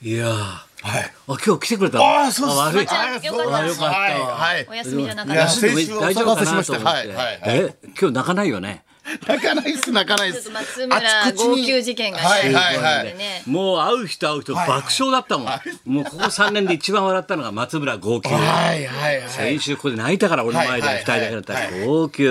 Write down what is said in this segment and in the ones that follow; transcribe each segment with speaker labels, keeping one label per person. Speaker 1: いやーあ
Speaker 2: はい。
Speaker 1: 今日来てくれた
Speaker 2: ああ、そうです。
Speaker 1: 悪い
Speaker 2: あ
Speaker 1: あ
Speaker 2: ーそう
Speaker 1: あ
Speaker 2: で
Speaker 1: よ
Speaker 2: す
Speaker 1: かった
Speaker 2: はい。はい
Speaker 3: お休みじゃなか
Speaker 2: い
Speaker 3: っ
Speaker 2: や
Speaker 3: た。
Speaker 1: 休ん
Speaker 2: 先
Speaker 1: で
Speaker 2: 週
Speaker 1: も
Speaker 2: お
Speaker 1: 大
Speaker 2: 騒
Speaker 1: 丈夫
Speaker 2: が
Speaker 1: か
Speaker 2: せし
Speaker 1: な
Speaker 2: まし
Speaker 1: と思
Speaker 2: た。
Speaker 1: って、
Speaker 2: はい。はい。はい
Speaker 1: え今日泣かないよね
Speaker 2: 泣かないっす、泣かないっ
Speaker 3: ちょっ
Speaker 2: す。
Speaker 3: と松村豪急事件がね
Speaker 2: はいはいは
Speaker 3: で
Speaker 2: い。
Speaker 3: ね。
Speaker 1: もう会う人会う人爆笑だったもん、もうここ3年で一番笑ったのが松村号泣
Speaker 2: はいはいはい。
Speaker 1: 先週ここで泣いたから俺の前で
Speaker 2: はい
Speaker 1: 2人だけだった
Speaker 2: は
Speaker 1: ら
Speaker 2: いはい
Speaker 1: 号泣、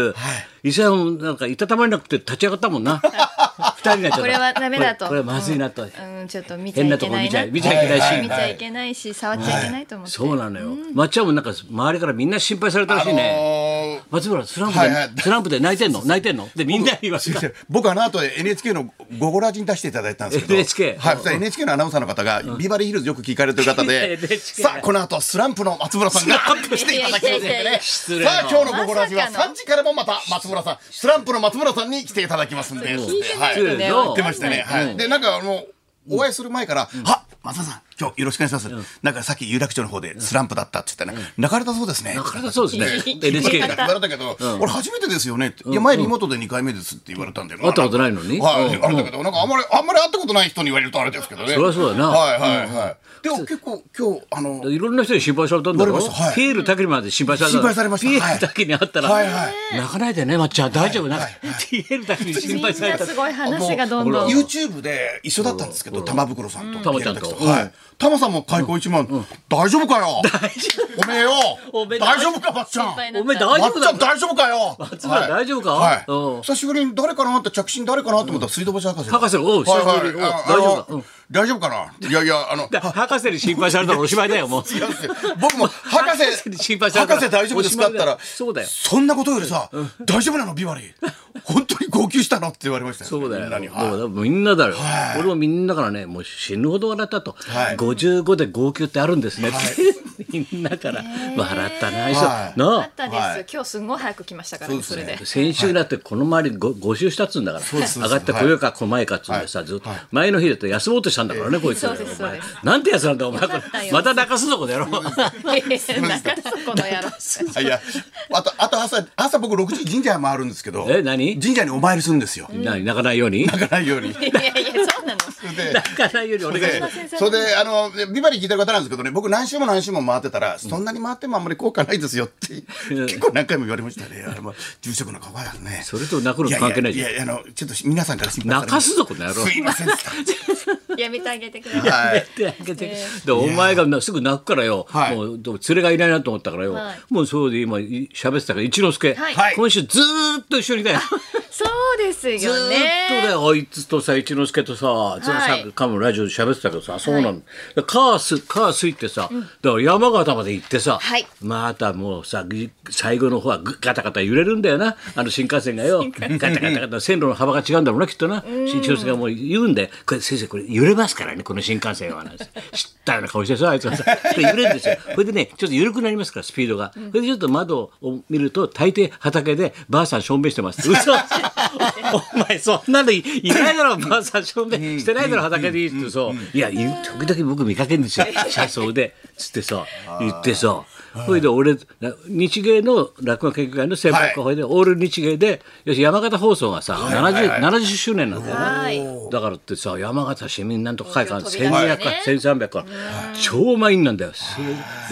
Speaker 1: 伊勢さんもなんかいたたまれなくて立ち上がったもん な2人になっちゃった
Speaker 3: これはダメだと
Speaker 1: これこれまずいなと、
Speaker 3: うん、ちょっと見ちゃ
Speaker 1: 変ないと
Speaker 3: け
Speaker 1: こ
Speaker 3: な
Speaker 1: 見
Speaker 3: い
Speaker 1: ちゃ
Speaker 3: な。
Speaker 1: い見ちゃいけないし、
Speaker 2: はい
Speaker 3: 見ちゃいけないし、触っちゃいけないと思って。
Speaker 1: そうなのよ、まっちゃんもなんか周りからみんな心配されたらしいね、
Speaker 2: ね。
Speaker 1: 松村スランプで、
Speaker 2: はいはい
Speaker 1: スランプで泣いてんの泣いてんのでみんなに言わせた
Speaker 2: 僕あの後 NHK の「ゴゴラジ」に出していただいたんですけど
Speaker 1: NHK
Speaker 2: はい、そしたら NHK のアナウンサーの方が、ビバリーヒルズよく聞かれてる方で
Speaker 1: NHK
Speaker 2: さあこの後スランプの松村さんが発表していただきますので
Speaker 3: いやいやいやい
Speaker 2: ね
Speaker 3: や
Speaker 1: 失礼
Speaker 2: さあ今日の「ゴ
Speaker 3: な
Speaker 2: ゴラジ」は
Speaker 3: まさかの
Speaker 2: 3時からもまた松村さんスランプの松村さんに来ていただきますんで
Speaker 3: 聞いて
Speaker 2: は
Speaker 3: ないい
Speaker 1: と
Speaker 3: と
Speaker 1: ね
Speaker 3: ね。
Speaker 1: はい言っ
Speaker 2: ってましたね。は
Speaker 1: うん
Speaker 2: い。で、なんかあの、お会いする前から、あ、松田さん、今日よろしくお願いします。なんかさっき有楽町の方でスランプだったって言ってね、泣かれたそうですね。
Speaker 1: 泣かれたそう ですね
Speaker 3: いい
Speaker 1: NHK
Speaker 2: 言
Speaker 1: が
Speaker 2: われたけど、俺初めてですよねって。いや、前リモートで2回目ですって言われたんで。会
Speaker 1: 会ったことないのに
Speaker 2: はい、
Speaker 1: うん
Speaker 2: あれだけど、なんかあんまり、あんまり会ったことない人に言われるとあれですけどね。
Speaker 1: そりゃそうだな
Speaker 2: はいはいはい。でも結構今日、あの、
Speaker 1: いろんな人に心配されたんだろ、
Speaker 2: 言われましたはい
Speaker 1: ピエール滝にまで心配された
Speaker 2: 心配されました
Speaker 1: ピエ
Speaker 2: は
Speaker 1: ー
Speaker 2: い
Speaker 1: ル滝に会ったら、
Speaker 2: はいはい
Speaker 1: 泣かないでねまっちゃん大丈夫、なんかピエール滝に
Speaker 3: み
Speaker 1: 心
Speaker 3: んな
Speaker 1: 配された
Speaker 3: すごい話がどんどん。
Speaker 2: YouTube で一緒だったんですけど、玉袋さんと。
Speaker 1: 玉ちゃんと
Speaker 2: はい。玉さんも開口一番、大丈夫かよおめえよ
Speaker 1: おめえ
Speaker 2: 大丈夫かばっちゃん
Speaker 3: 心配にな
Speaker 1: お
Speaker 3: った
Speaker 1: 前大丈
Speaker 2: まっ
Speaker 1: 夫
Speaker 2: ちゃん
Speaker 1: だ
Speaker 2: 大丈夫かよ
Speaker 1: 松村
Speaker 2: はい
Speaker 1: 大丈夫か
Speaker 2: はい
Speaker 1: うん
Speaker 2: 久しぶりに誰かなって着信誰かなと思ったら水道橋博士
Speaker 1: 博士おう
Speaker 2: はいは
Speaker 1: 久
Speaker 2: い
Speaker 1: しぶりおう
Speaker 2: あ
Speaker 1: 大丈夫か
Speaker 2: あ
Speaker 1: う
Speaker 2: の
Speaker 1: ん
Speaker 2: 大丈夫かないやいやあ の
Speaker 1: だ博士に心配されたらおしまいだ よもう
Speaker 2: 僕も博
Speaker 1: 博士に心
Speaker 2: 士
Speaker 1: 配されたら
Speaker 2: 博士大丈夫ですかって言ったら
Speaker 1: おしまいだよそうだよ
Speaker 2: そんなことよりさ大丈夫なのビバリー本当に号泣したのって言われましたよ
Speaker 1: そうだ
Speaker 2: み
Speaker 1: よ
Speaker 2: んなにはい
Speaker 1: もうみんなだよ、
Speaker 2: はい
Speaker 1: 俺もみんなからねもう死ぬほど笑ったと、
Speaker 2: はい
Speaker 1: 55で号泣ってあるんですねって、 みんなから笑ったな、
Speaker 2: はい
Speaker 3: あ
Speaker 1: な
Speaker 3: っ
Speaker 1: あ
Speaker 3: た
Speaker 2: は
Speaker 3: で
Speaker 2: い
Speaker 3: す。今日すごい早く来ましたからね、そ
Speaker 2: そう
Speaker 3: れ
Speaker 2: ですね
Speaker 3: で。
Speaker 1: 先週だってこの周り 5, 5周したっつうんだから、
Speaker 2: そうですそう
Speaker 1: 上
Speaker 2: です
Speaker 1: がってこようか来まいかっつうんでさ、ずっと、前の日だって休もうとしたんだからね、こいつ
Speaker 3: そうですそうです
Speaker 1: お前なんてやつなんだお前こ
Speaker 3: よかった
Speaker 1: れ
Speaker 3: よ
Speaker 1: また泣かすぞこの野郎
Speaker 3: なかなかこの野郎。
Speaker 2: あいやあとあと朝朝僕6時神社回るんですけど
Speaker 1: え何
Speaker 2: 神社にお参りするんですよ
Speaker 1: 何泣かないように泣
Speaker 2: 泣かないように
Speaker 3: いやいや、そうなの。
Speaker 2: で
Speaker 1: かないようにお願いし
Speaker 2: で
Speaker 1: ます
Speaker 2: それであのビバリー聞いてる方なんですけどね僕何周も何周も回ってたら、そんなに回ってもあんまり効果ないですよって結構何回も言われましたねあれまあ住職の顔やね
Speaker 1: それと泣くの関係ないじゃん
Speaker 2: やいやいやあのちょっと皆さんから心配され
Speaker 1: 泣
Speaker 2: て
Speaker 1: かすぞこの野郎
Speaker 2: すいませんでし
Speaker 3: やめてあげてくだ
Speaker 2: た
Speaker 3: さい。
Speaker 2: はい
Speaker 1: で開けてでお前がなすぐ泣くからよ、
Speaker 2: はい
Speaker 1: もうでも連れがいないなと思ったからよ、
Speaker 3: はい
Speaker 1: もうそうで今い喋ってたから一之輔、
Speaker 3: はい
Speaker 2: はい
Speaker 1: 今週ずーっと一緒にね
Speaker 3: そうです
Speaker 1: ずーっ
Speaker 3: よ
Speaker 1: とだ
Speaker 3: ね。
Speaker 1: よあいつとさ一之輔とさずっとさ、
Speaker 3: はい
Speaker 1: かもラジオで喋ってたけどさそうなの、でカースカース行ってさ、だから山形まで行ってさ、
Speaker 3: はい
Speaker 1: またもうさぐ最後の方はぐガタガタ揺れるんだよなあの新幹線がよガタガタガタ線路の幅が違うんだろうなきっとな新一之輔がもう言うんでこれ先生これ揺れますからねこの新幹線はなんて 知ったような顔してさあいつがさこれ揺れるんですよこれでねちょっと緩くなりますからスピードが、それでちょっと窓を見ると大抵畑でばあさん証明してます って嘘お前そんなのいいないだろばあさん証明してないだろ畑でいいってそういやい時々僕見かけるん ですよ車窓でつってさ言ってさそれで俺な日芸の落語研究会の専門家ほいでオール日芸で要するに山形放送がさ
Speaker 2: はいはい
Speaker 1: 70 70周年なんだよね。
Speaker 3: はい。
Speaker 1: だからってさ山形市民なんとか会館
Speaker 3: 東京飛び出
Speaker 1: 1200
Speaker 3: してね
Speaker 1: か1300か超満員なんだよす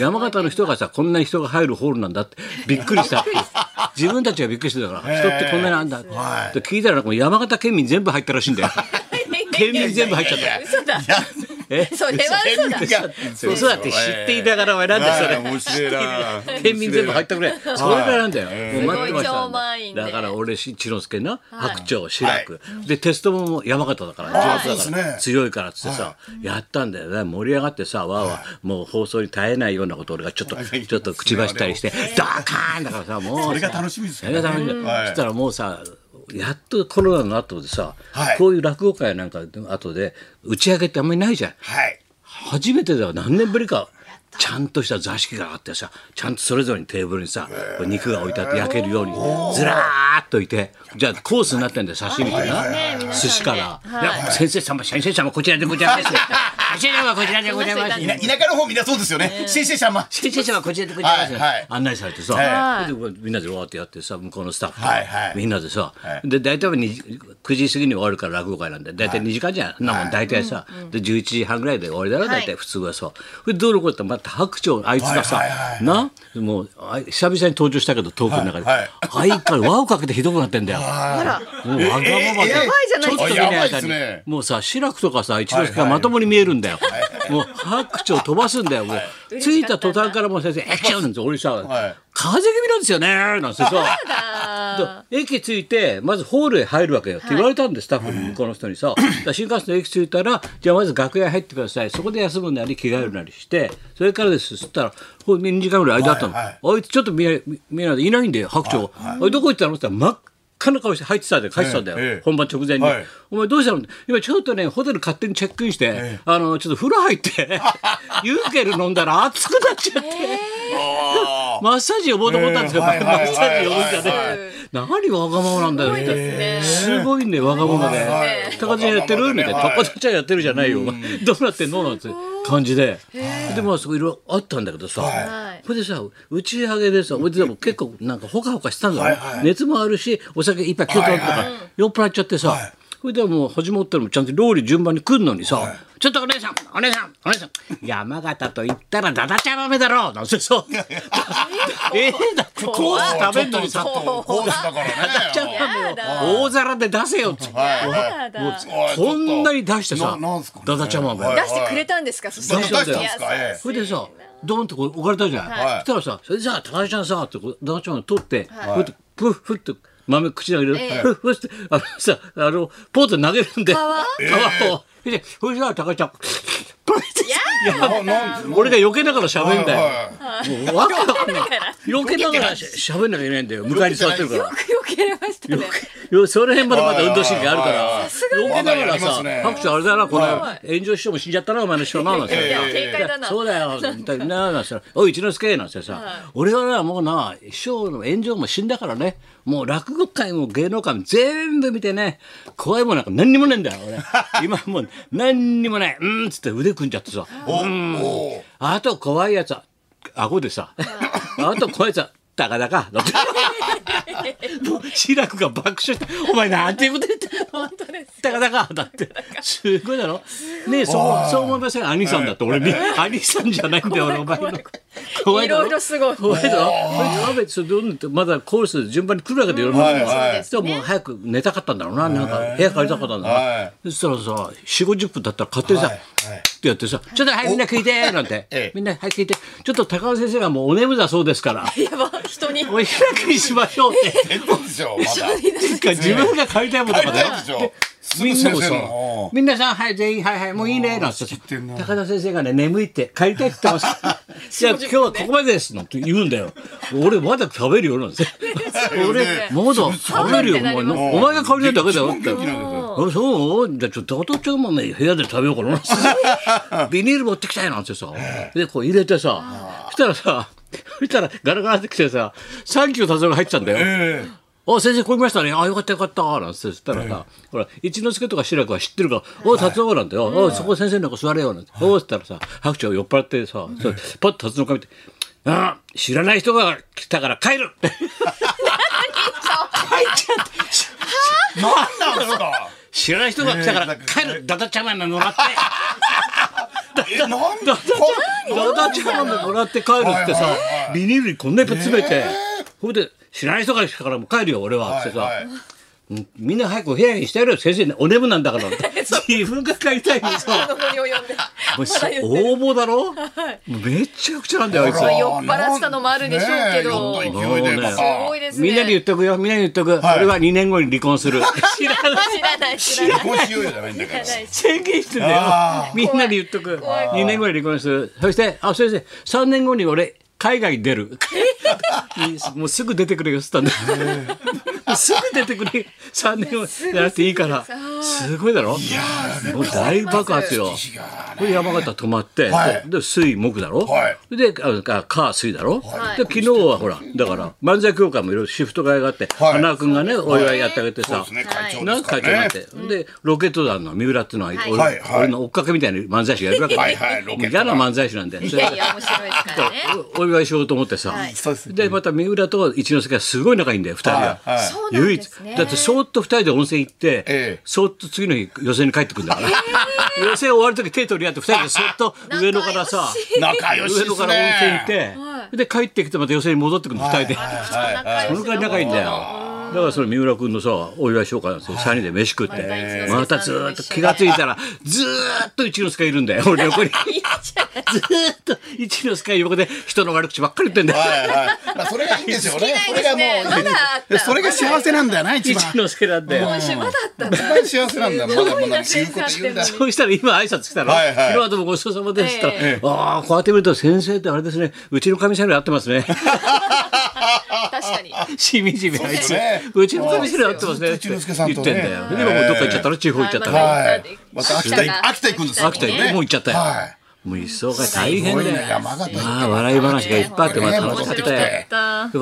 Speaker 1: 山形の人がさこんなに人が入るホールなんだってびっくりした自分たちがびっくりしてたから人ってこんなにあんだって
Speaker 2: はい
Speaker 1: で聞いたらなんかもう山形県民全部入ったら しいんだよ県民 全部入っちゃっ
Speaker 2: いやいやいや
Speaker 1: た
Speaker 3: 嘘だ。
Speaker 1: え
Speaker 3: それは嘘だ。
Speaker 1: そうだって知っていながらお前なんでそれ
Speaker 2: 面白いな
Speaker 1: 県民全部入ってくれ。それからなんだよ。もう待ってました
Speaker 3: すごい超満員で
Speaker 1: だから俺し一之輔な白鳥志らくでテストも山形だから
Speaker 2: あー
Speaker 1: 上手
Speaker 2: そ
Speaker 1: だか
Speaker 2: うです
Speaker 1: ら
Speaker 2: ね
Speaker 1: 強いからっつってさやったんだよね盛り上がってさわーわーもう放送に耐えないようなこと俺がちょっと
Speaker 2: はい
Speaker 1: ちょっと口走ったりしてドカーンだからさもうさ
Speaker 2: それが楽しみです
Speaker 1: そ
Speaker 2: よ
Speaker 1: れ
Speaker 2: ね
Speaker 1: が楽しみだ
Speaker 2: はい
Speaker 1: そしたらもうさやっとコロナの後でさ
Speaker 2: はい
Speaker 1: こういう落語会なんか後で打ち上げってあんまりないじゃん
Speaker 2: はい
Speaker 1: 初めてだよ何年ぶりかちゃんとした座敷があってさちゃんとそれぞれにテーブルにさこう肉が置いてあって焼けるようにずらーっといてじゃあコースになってんだよ刺身か
Speaker 3: いいですね皆さん
Speaker 1: な
Speaker 3: ね
Speaker 1: 寿司から「
Speaker 3: はい
Speaker 1: いや先生様先生様こちらでご ざいます」「先生様こちらでございます」
Speaker 2: 田田舎の方みんなそうですよね。シェイシェイシャンマ。
Speaker 1: 先生はこちらでこちらですよ、
Speaker 2: はいはい
Speaker 1: 案内されてさ、
Speaker 3: はい
Speaker 1: でみんなでわーってやってさ向こうのスタッフ、
Speaker 2: はいはい
Speaker 1: みんなでさ、
Speaker 2: はい
Speaker 1: で大体はに9時過ぎに終わるから落語会なんで大体2時間じゃん、なもん大体さ、で11時半ぐらいで終わりだろ
Speaker 3: はい
Speaker 1: 大体普通はさ、でどうのこうだってまた白鳥あいつがさ、
Speaker 2: はいはいはい
Speaker 1: なもうあい久々に登場したけどトークの中で、
Speaker 2: はいはい
Speaker 1: あいつから輪をかけてひどくなってんだよ。
Speaker 3: あら
Speaker 1: もうわがままで、
Speaker 2: ええやばい
Speaker 3: じゃないですか
Speaker 1: ちょっと見ない
Speaker 2: やばいですね
Speaker 1: もうさ志らくとかさ一之輔がまともに見えるんだよ、もう白鳥飛ばすんだよもう、着いた途端からもう先生「えっちゃうんです俺さ、
Speaker 2: はい
Speaker 1: 風邪気味なんですよね」なんてさ。
Speaker 3: あ
Speaker 1: で駅着いてまずホールへ入るわけよって言われたんです、スタッフの向こうの人にさだから新幹線の駅着いたらじゃあまず楽屋入ってくださいそこで休むなり着替えるなりしてそれからですそしたらほん2時間ぐらい間あったの、
Speaker 2: はい
Speaker 1: あいつちょっと見え見見えないでいないんで白鳥、あれどこ行ったのって言ったら真っ赤な顔して入ってたんで帰ってたんだよ、
Speaker 2: ええええ
Speaker 1: 本番直前に、
Speaker 2: はい
Speaker 1: お前どうしたのって今ちょっとねホテル勝手にチェックインして、あのちょっと風呂入って ユーケル飲んだら熱くなっちゃって。マッサージ呼ぼうと思ったんですよ、
Speaker 2: えーはいはい
Speaker 1: マッサージ呼ぶんじゃね
Speaker 2: はい
Speaker 1: え何わがままなんだよっ
Speaker 3: い
Speaker 1: て
Speaker 3: です
Speaker 1: ごいねわがままで
Speaker 2: はい
Speaker 1: 「高田ちゃんやってる?」みたいな「
Speaker 2: はい
Speaker 1: 高田ちゃんやってるじゃないよどうなってんの?」なんて感じででまあそこいろいろあったんだけどさ
Speaker 3: らはい
Speaker 1: これでさ打ち上げでさ俺でも結構なんかほかほかしてたんだ
Speaker 2: はい
Speaker 1: よ
Speaker 2: はい
Speaker 1: 熱もあるしお酒いっぱいキュッと飲んでたから酔っ払っちゃってさそれでもう始まったのもちゃんと料理順番に来るのにさ「ちょっとお姉さんお姉さんお姉さん山形と言ったらだだ茶豆だろ」なんてそうええだってコース食べんのに
Speaker 2: ちょっ
Speaker 1: さ
Speaker 2: とコースだからね。
Speaker 1: ちゃ豆を
Speaker 3: やだ
Speaker 1: 大皿で出せよって
Speaker 2: はいはい
Speaker 3: やだ
Speaker 1: こんなに出してさ
Speaker 2: ななんすかね
Speaker 1: だだ茶豆
Speaker 2: はい
Speaker 3: 出してくれたんですかそし
Speaker 2: 出
Speaker 3: た
Speaker 1: し
Speaker 2: してた
Speaker 1: く
Speaker 2: ん
Speaker 1: れた
Speaker 2: ですか。ええ
Speaker 1: それで さドーンとこう置かれたじゃない、
Speaker 2: はい
Speaker 1: そしたらさそれでさ「高橋ちゃんさ」ってこう高橋ちゃんを取って、こうやってプッフッと豆口に入れる、
Speaker 3: ええ
Speaker 1: プッフッてあのさあのポート投げるんで皮を、それでそれでさ高橋ちゃんプッて
Speaker 2: あなん
Speaker 1: 俺が避けながら喋んだよ、
Speaker 2: はいはい
Speaker 1: もうわけわかんない避けながらしゃべんなきゃいけないんだよ向かいに座ってるから。
Speaker 3: よけれましたね
Speaker 1: よその辺までまだ運動神経あるか
Speaker 2: はいはい
Speaker 1: ら
Speaker 2: はいはいさ
Speaker 1: 避けながら
Speaker 2: まだやりま
Speaker 1: さ
Speaker 2: すね
Speaker 1: 拍手あれだなこの
Speaker 2: は
Speaker 1: 炎上しても死んじゃったなお前の師匠ななんて
Speaker 3: いや
Speaker 2: ええ
Speaker 3: 警戒だな
Speaker 1: そうだよ、みたいな、なんておい、一之輔なんてさ、俺はな、もうな、師匠の炎上も死んだからね、もう落語界も芸能界も全部見てね、怖いもんなんか何にもねえんだよ、俺。今もう何にもない、うーんっつって腕組んじゃってさ、
Speaker 2: おお
Speaker 1: あと怖いやつは、顎でさ、あと怖いやつは、たかだか、だって もう志らくが爆笑して、お前なんていうこと言ってんの
Speaker 3: 本当です
Speaker 1: だからだってすごいだろねえそうそう思いません兄さんだって俺兄さんじゃないんだよ俺お前の怖
Speaker 3: い
Speaker 1: だろ
Speaker 3: ろいろすごい
Speaker 1: 怖いだろそれで食べてどんどんってまだコースで順番に来るわけでいろんなもの
Speaker 2: はい
Speaker 1: が
Speaker 2: はい
Speaker 1: そうもう早く寝たかったんだろうななんか部屋帰りたかったんだ
Speaker 2: は
Speaker 1: ないそしたらさ4 5 0分だったら勝手にさ
Speaker 2: はいはい
Speaker 1: ってやってさ「ちょっとはいみんな聞いて」なんて
Speaker 2: ええ
Speaker 1: 「みんなはい聞いてちょっと高尾先生がもうお眠だそうですから
Speaker 3: やば人に
Speaker 1: お開きにしましょう」って。
Speaker 2: えどうでしょうまだ。
Speaker 1: なんか自分が買いたいものとか
Speaker 2: 買いたいでしょ
Speaker 1: ね。みんなも
Speaker 2: すぐ先
Speaker 1: さ
Speaker 2: 生の、
Speaker 1: みんなさん、はい、全員、はい、はい、もういいね、なんてさ
Speaker 2: ってんな
Speaker 1: 高田先生がね、眠いって、帰りたいって言ってます。じゃあ、今日はここまでです、なんて言うんだよ。俺、まだ食べるよ、なんて。俺、まだ食べるよ、お前。お前が帰りたいだけだよ、って。あそうじゃあちょっとダトちゃんもね部屋で食べようかなビニール持ってきたいなんてさでこう入れてさそしたらさそしたらガラガラってきてさ「サンキュー達夫が入ってたんだよ。
Speaker 2: え
Speaker 1: あ先生来れましたねあよかったよかった」なんつって言ったらさ、ほら一之輔とか志らくは知ってるから「お達夫なんだよ、おそこ先生なんか座れよ」なんて、そうしたらさ白鳥酔っ払ってさ、そうパッと達夫の顔見て「あ知らない人が来たから帰る!」 って帰っちゃって
Speaker 2: えなんなんですか。
Speaker 1: 知らない人が来たから帰るダダちゃまんのもら って
Speaker 2: えなんだ。
Speaker 1: ダダちゃまんのもらって帰るってさビニールにこんなにいっぱい詰めてほいで知らない人が来たからもう帰るよ俺はっ
Speaker 2: は
Speaker 1: て
Speaker 2: い
Speaker 1: さ
Speaker 2: はい
Speaker 1: みんな早くお部屋にしてやるよ先生おねむなんだ から自分が帰りたいのにさ
Speaker 3: のに及んで
Speaker 1: もう
Speaker 3: まだ言ってる
Speaker 1: 応募だろめちゃくちゃなんだよあいつ
Speaker 2: あら
Speaker 3: 酔っ払ってたのもあるでしょうけど
Speaker 2: ねえ酔った勢いでまた
Speaker 3: すごいですね
Speaker 1: みんなに言っとくよみんなに言っとく
Speaker 2: い
Speaker 1: 俺は2年後に離婚 する知らない
Speaker 3: 知らない知らない
Speaker 2: こうしようじゃないんだから。
Speaker 1: 宣言してんだよ
Speaker 2: あ
Speaker 1: みんなで言っとく
Speaker 3: 怖い怖
Speaker 1: 2年後に離婚するそしてあ先生3年後 に俺海外に出るもうすぐ出てくれよっつったんだすぐ出てくれ3年をやっていいからすごいだろもう大爆発よ
Speaker 2: いや
Speaker 1: これ山形泊まって、
Speaker 2: はい
Speaker 1: でで水木だろ、
Speaker 2: はい
Speaker 1: でああ火水だろ、
Speaker 3: はい
Speaker 1: で昨日はほらだから漫才協会もいろいろシフト替えがあって、
Speaker 2: はい
Speaker 1: 花輪君がねお祝いやってあげて
Speaker 2: そう
Speaker 1: さ、
Speaker 2: ですね会長
Speaker 1: な
Speaker 2: で
Speaker 1: ん
Speaker 2: す
Speaker 1: か
Speaker 2: か
Speaker 1: 会
Speaker 2: ら
Speaker 1: 長になっ
Speaker 2: ね
Speaker 1: て、でロケット団の三浦っていうのは、俺
Speaker 2: はいはい
Speaker 1: 俺の追っかけみたいな漫才師がいるわけ、
Speaker 2: はいはいロケット
Speaker 1: 嫌
Speaker 2: 団
Speaker 1: な漫才師なんでそ
Speaker 3: い
Speaker 1: れ
Speaker 3: やい
Speaker 1: で
Speaker 3: や面白いですからね。
Speaker 1: おお祝いしようと思ってさ、
Speaker 3: はい
Speaker 2: そうです
Speaker 1: でまた三浦と一之輔がすごい仲いいんだよ2人
Speaker 2: は
Speaker 1: が。
Speaker 2: いはい
Speaker 3: そうなん
Speaker 1: 唯
Speaker 3: で
Speaker 1: 一
Speaker 3: すね。
Speaker 1: だってそーっと二人で温泉行って、
Speaker 2: ええ
Speaker 1: そーっと次の日予選に帰ってくるんだから、予選終わる時手取り合って二人でそーっと上野からさ
Speaker 2: 仲良し
Speaker 1: 上
Speaker 2: で
Speaker 1: 野
Speaker 2: す
Speaker 1: から温泉行っ
Speaker 2: ね
Speaker 1: て、で帰ってきてまた予選に戻ってくるの二人で、
Speaker 3: 仲
Speaker 1: そ
Speaker 3: 良
Speaker 1: の
Speaker 3: し
Speaker 1: くらい仲いいんだよだからその三浦君のさお祝いしようかなんて3人で飯食って、
Speaker 3: ええ
Speaker 1: またずーっと気がついたらずーっと一之輔いるんだよ俺横にず
Speaker 3: いいじゃん
Speaker 1: ーっと一之輔が横で人の悪口ばっかり言ってんだよ
Speaker 2: はいはいまあそれがいいんですよねそ
Speaker 3: で
Speaker 2: れ
Speaker 3: す
Speaker 2: が
Speaker 3: ね
Speaker 2: もう
Speaker 3: まだあった
Speaker 2: それが幸せなんだよな一
Speaker 1: 一
Speaker 2: 番
Speaker 1: 之輔なんだよ
Speaker 3: 今週まだあった
Speaker 2: 一番幸せなんだよまだまだ自由こと言うんだ
Speaker 1: そうしたら今挨拶来たら、
Speaker 2: はいはい
Speaker 1: 昨日はどうもごちそうさまでした、
Speaker 3: え
Speaker 1: ああ、こうやって見ると先生ってあれですね、うちのかみさんに合ってますね。
Speaker 3: 確かに。
Speaker 1: しみじみあいつ
Speaker 2: そうですね
Speaker 1: うちのかみさんに合ってますね
Speaker 2: ずっ
Speaker 1: っ
Speaker 2: と
Speaker 1: て
Speaker 2: 一之
Speaker 1: 言っ
Speaker 2: 輔さん
Speaker 1: て
Speaker 2: と
Speaker 1: ん
Speaker 2: ね
Speaker 1: だよ。でももうどっか行っちゃったら地方行っちゃったら。
Speaker 2: はいまた秋田行く秋田行くんですよ
Speaker 1: 秋田行って
Speaker 3: ね
Speaker 1: もう行っちゃ ったよ。
Speaker 2: は
Speaker 1: もう一層が大
Speaker 2: いす
Speaker 1: 変
Speaker 2: ごい
Speaker 1: だ
Speaker 2: ね
Speaker 1: よ。
Speaker 2: 山形行っ
Speaker 1: ああ、笑い話がいっぱいあって、また
Speaker 2: ね
Speaker 1: 楽しかったよ。
Speaker 2: 面白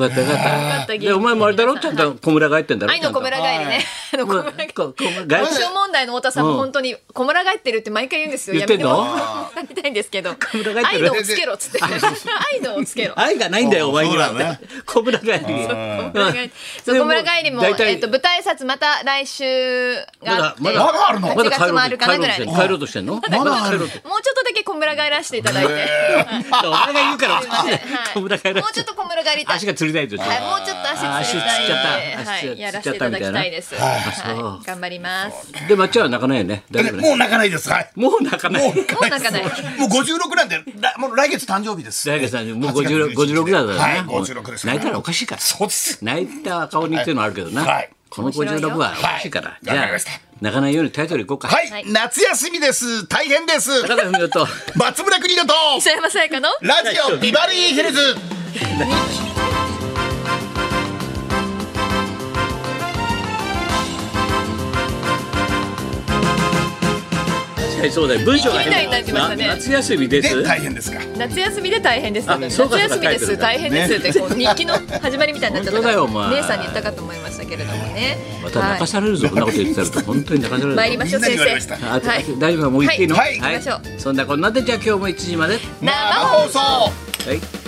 Speaker 1: よ
Speaker 2: か
Speaker 1: か
Speaker 3: った
Speaker 1: ったよかった。
Speaker 3: た
Speaker 1: で、お前もあれだろちゃんと小村が入ってんだろ
Speaker 3: 愛の小村帰りね。あの
Speaker 1: ちゃんとま
Speaker 3: 小村
Speaker 1: あ
Speaker 3: 帰り。
Speaker 1: こ小村が
Speaker 3: 爆笑問題の太田さんも本当に小村帰ってるって毎回言うんですよ。
Speaker 1: 言ってんの
Speaker 3: やめてもらいたいんですけど。
Speaker 1: 村帰って
Speaker 3: 愛
Speaker 1: る
Speaker 3: のをつけろっ つって。愛のをつけろ。
Speaker 1: 愛がないんだよ、お前には
Speaker 2: そうだね。
Speaker 1: 小村がりには。
Speaker 3: そう小村帰りも、
Speaker 1: 大体
Speaker 3: えっと舞台挨拶また来週があって
Speaker 1: ま
Speaker 2: まだあるの
Speaker 1: まだ帰ろう
Speaker 3: 8月もあるかなぐらい
Speaker 1: 帰ろうとしてんの帰ろうとしてんのまだ帰ろうと。
Speaker 3: もうちょっとだけ小村帰らせていただい
Speaker 1: お
Speaker 3: て、
Speaker 1: 前が言うから、
Speaker 3: はい
Speaker 1: 小村帰ろう
Speaker 3: もうちょっと小村帰りたい
Speaker 1: 足がつりたいと。
Speaker 3: はい、もうちょっと足つりたいんで
Speaker 1: あ足つっちゃった
Speaker 3: はい、や
Speaker 1: 足
Speaker 3: ら
Speaker 1: つ
Speaker 3: せ
Speaker 1: ってちゃ
Speaker 3: い
Speaker 1: った
Speaker 3: た
Speaker 1: みた
Speaker 3: だ
Speaker 1: い
Speaker 3: き
Speaker 1: な
Speaker 3: たいです。
Speaker 1: そ
Speaker 3: はい、頑張ります。
Speaker 1: で、抹茶は泣かないよね。大丈夫
Speaker 2: て
Speaker 1: ね。
Speaker 2: もう泣かないですはい
Speaker 1: もう泣かない。
Speaker 3: もうなんかない。
Speaker 2: もう五十六なんでらもう来月誕生日です
Speaker 1: 大学さん、もう
Speaker 2: 8月11
Speaker 1: 56、
Speaker 2: 日
Speaker 1: 五十六だからね。
Speaker 2: はい五十六です
Speaker 1: 泣いたらおかしいから。
Speaker 2: そうです
Speaker 1: 泣いた顔にっていうのはあるけどな。
Speaker 2: はい
Speaker 1: この56はおかしいから。
Speaker 2: はい
Speaker 1: じゃ
Speaker 2: わ
Speaker 1: あ
Speaker 2: かりました、
Speaker 1: 泣かないようにタイトルいこうか。
Speaker 2: はい、
Speaker 3: はい
Speaker 2: 夏休みです大変です
Speaker 1: 高田文夫と。
Speaker 2: 松村邦 人と
Speaker 3: 磯山さやかの。
Speaker 2: ラジオビバリーヒルズ
Speaker 1: 確かにそうだよ。文章が
Speaker 3: いきなり
Speaker 1: 変
Speaker 3: 泣いてましたね
Speaker 1: な夏休みです
Speaker 2: で。大変ですか
Speaker 3: 夏休みで大変です。
Speaker 1: あ
Speaker 3: 夏
Speaker 1: そうかそうか
Speaker 3: 休みです。大変ですって、こう日記の始まりみたいになっちゃった
Speaker 1: 本当
Speaker 3: から。
Speaker 1: だよお前
Speaker 3: 姉さんに言ったかと思いましたけれどもね。
Speaker 1: また泣かされるぞ、こんなこと言ってたらと本当に泣かされるぞ
Speaker 3: 参りましょう、
Speaker 2: みんなに
Speaker 3: 先
Speaker 2: 言われまし
Speaker 3: 生
Speaker 2: た。
Speaker 1: ああ
Speaker 3: はい
Speaker 1: 大丈夫もう言っていいの
Speaker 2: はい
Speaker 3: 行きましょう
Speaker 1: そんなこんなでじゃあ今日も1時まで
Speaker 3: 生放送。
Speaker 1: はい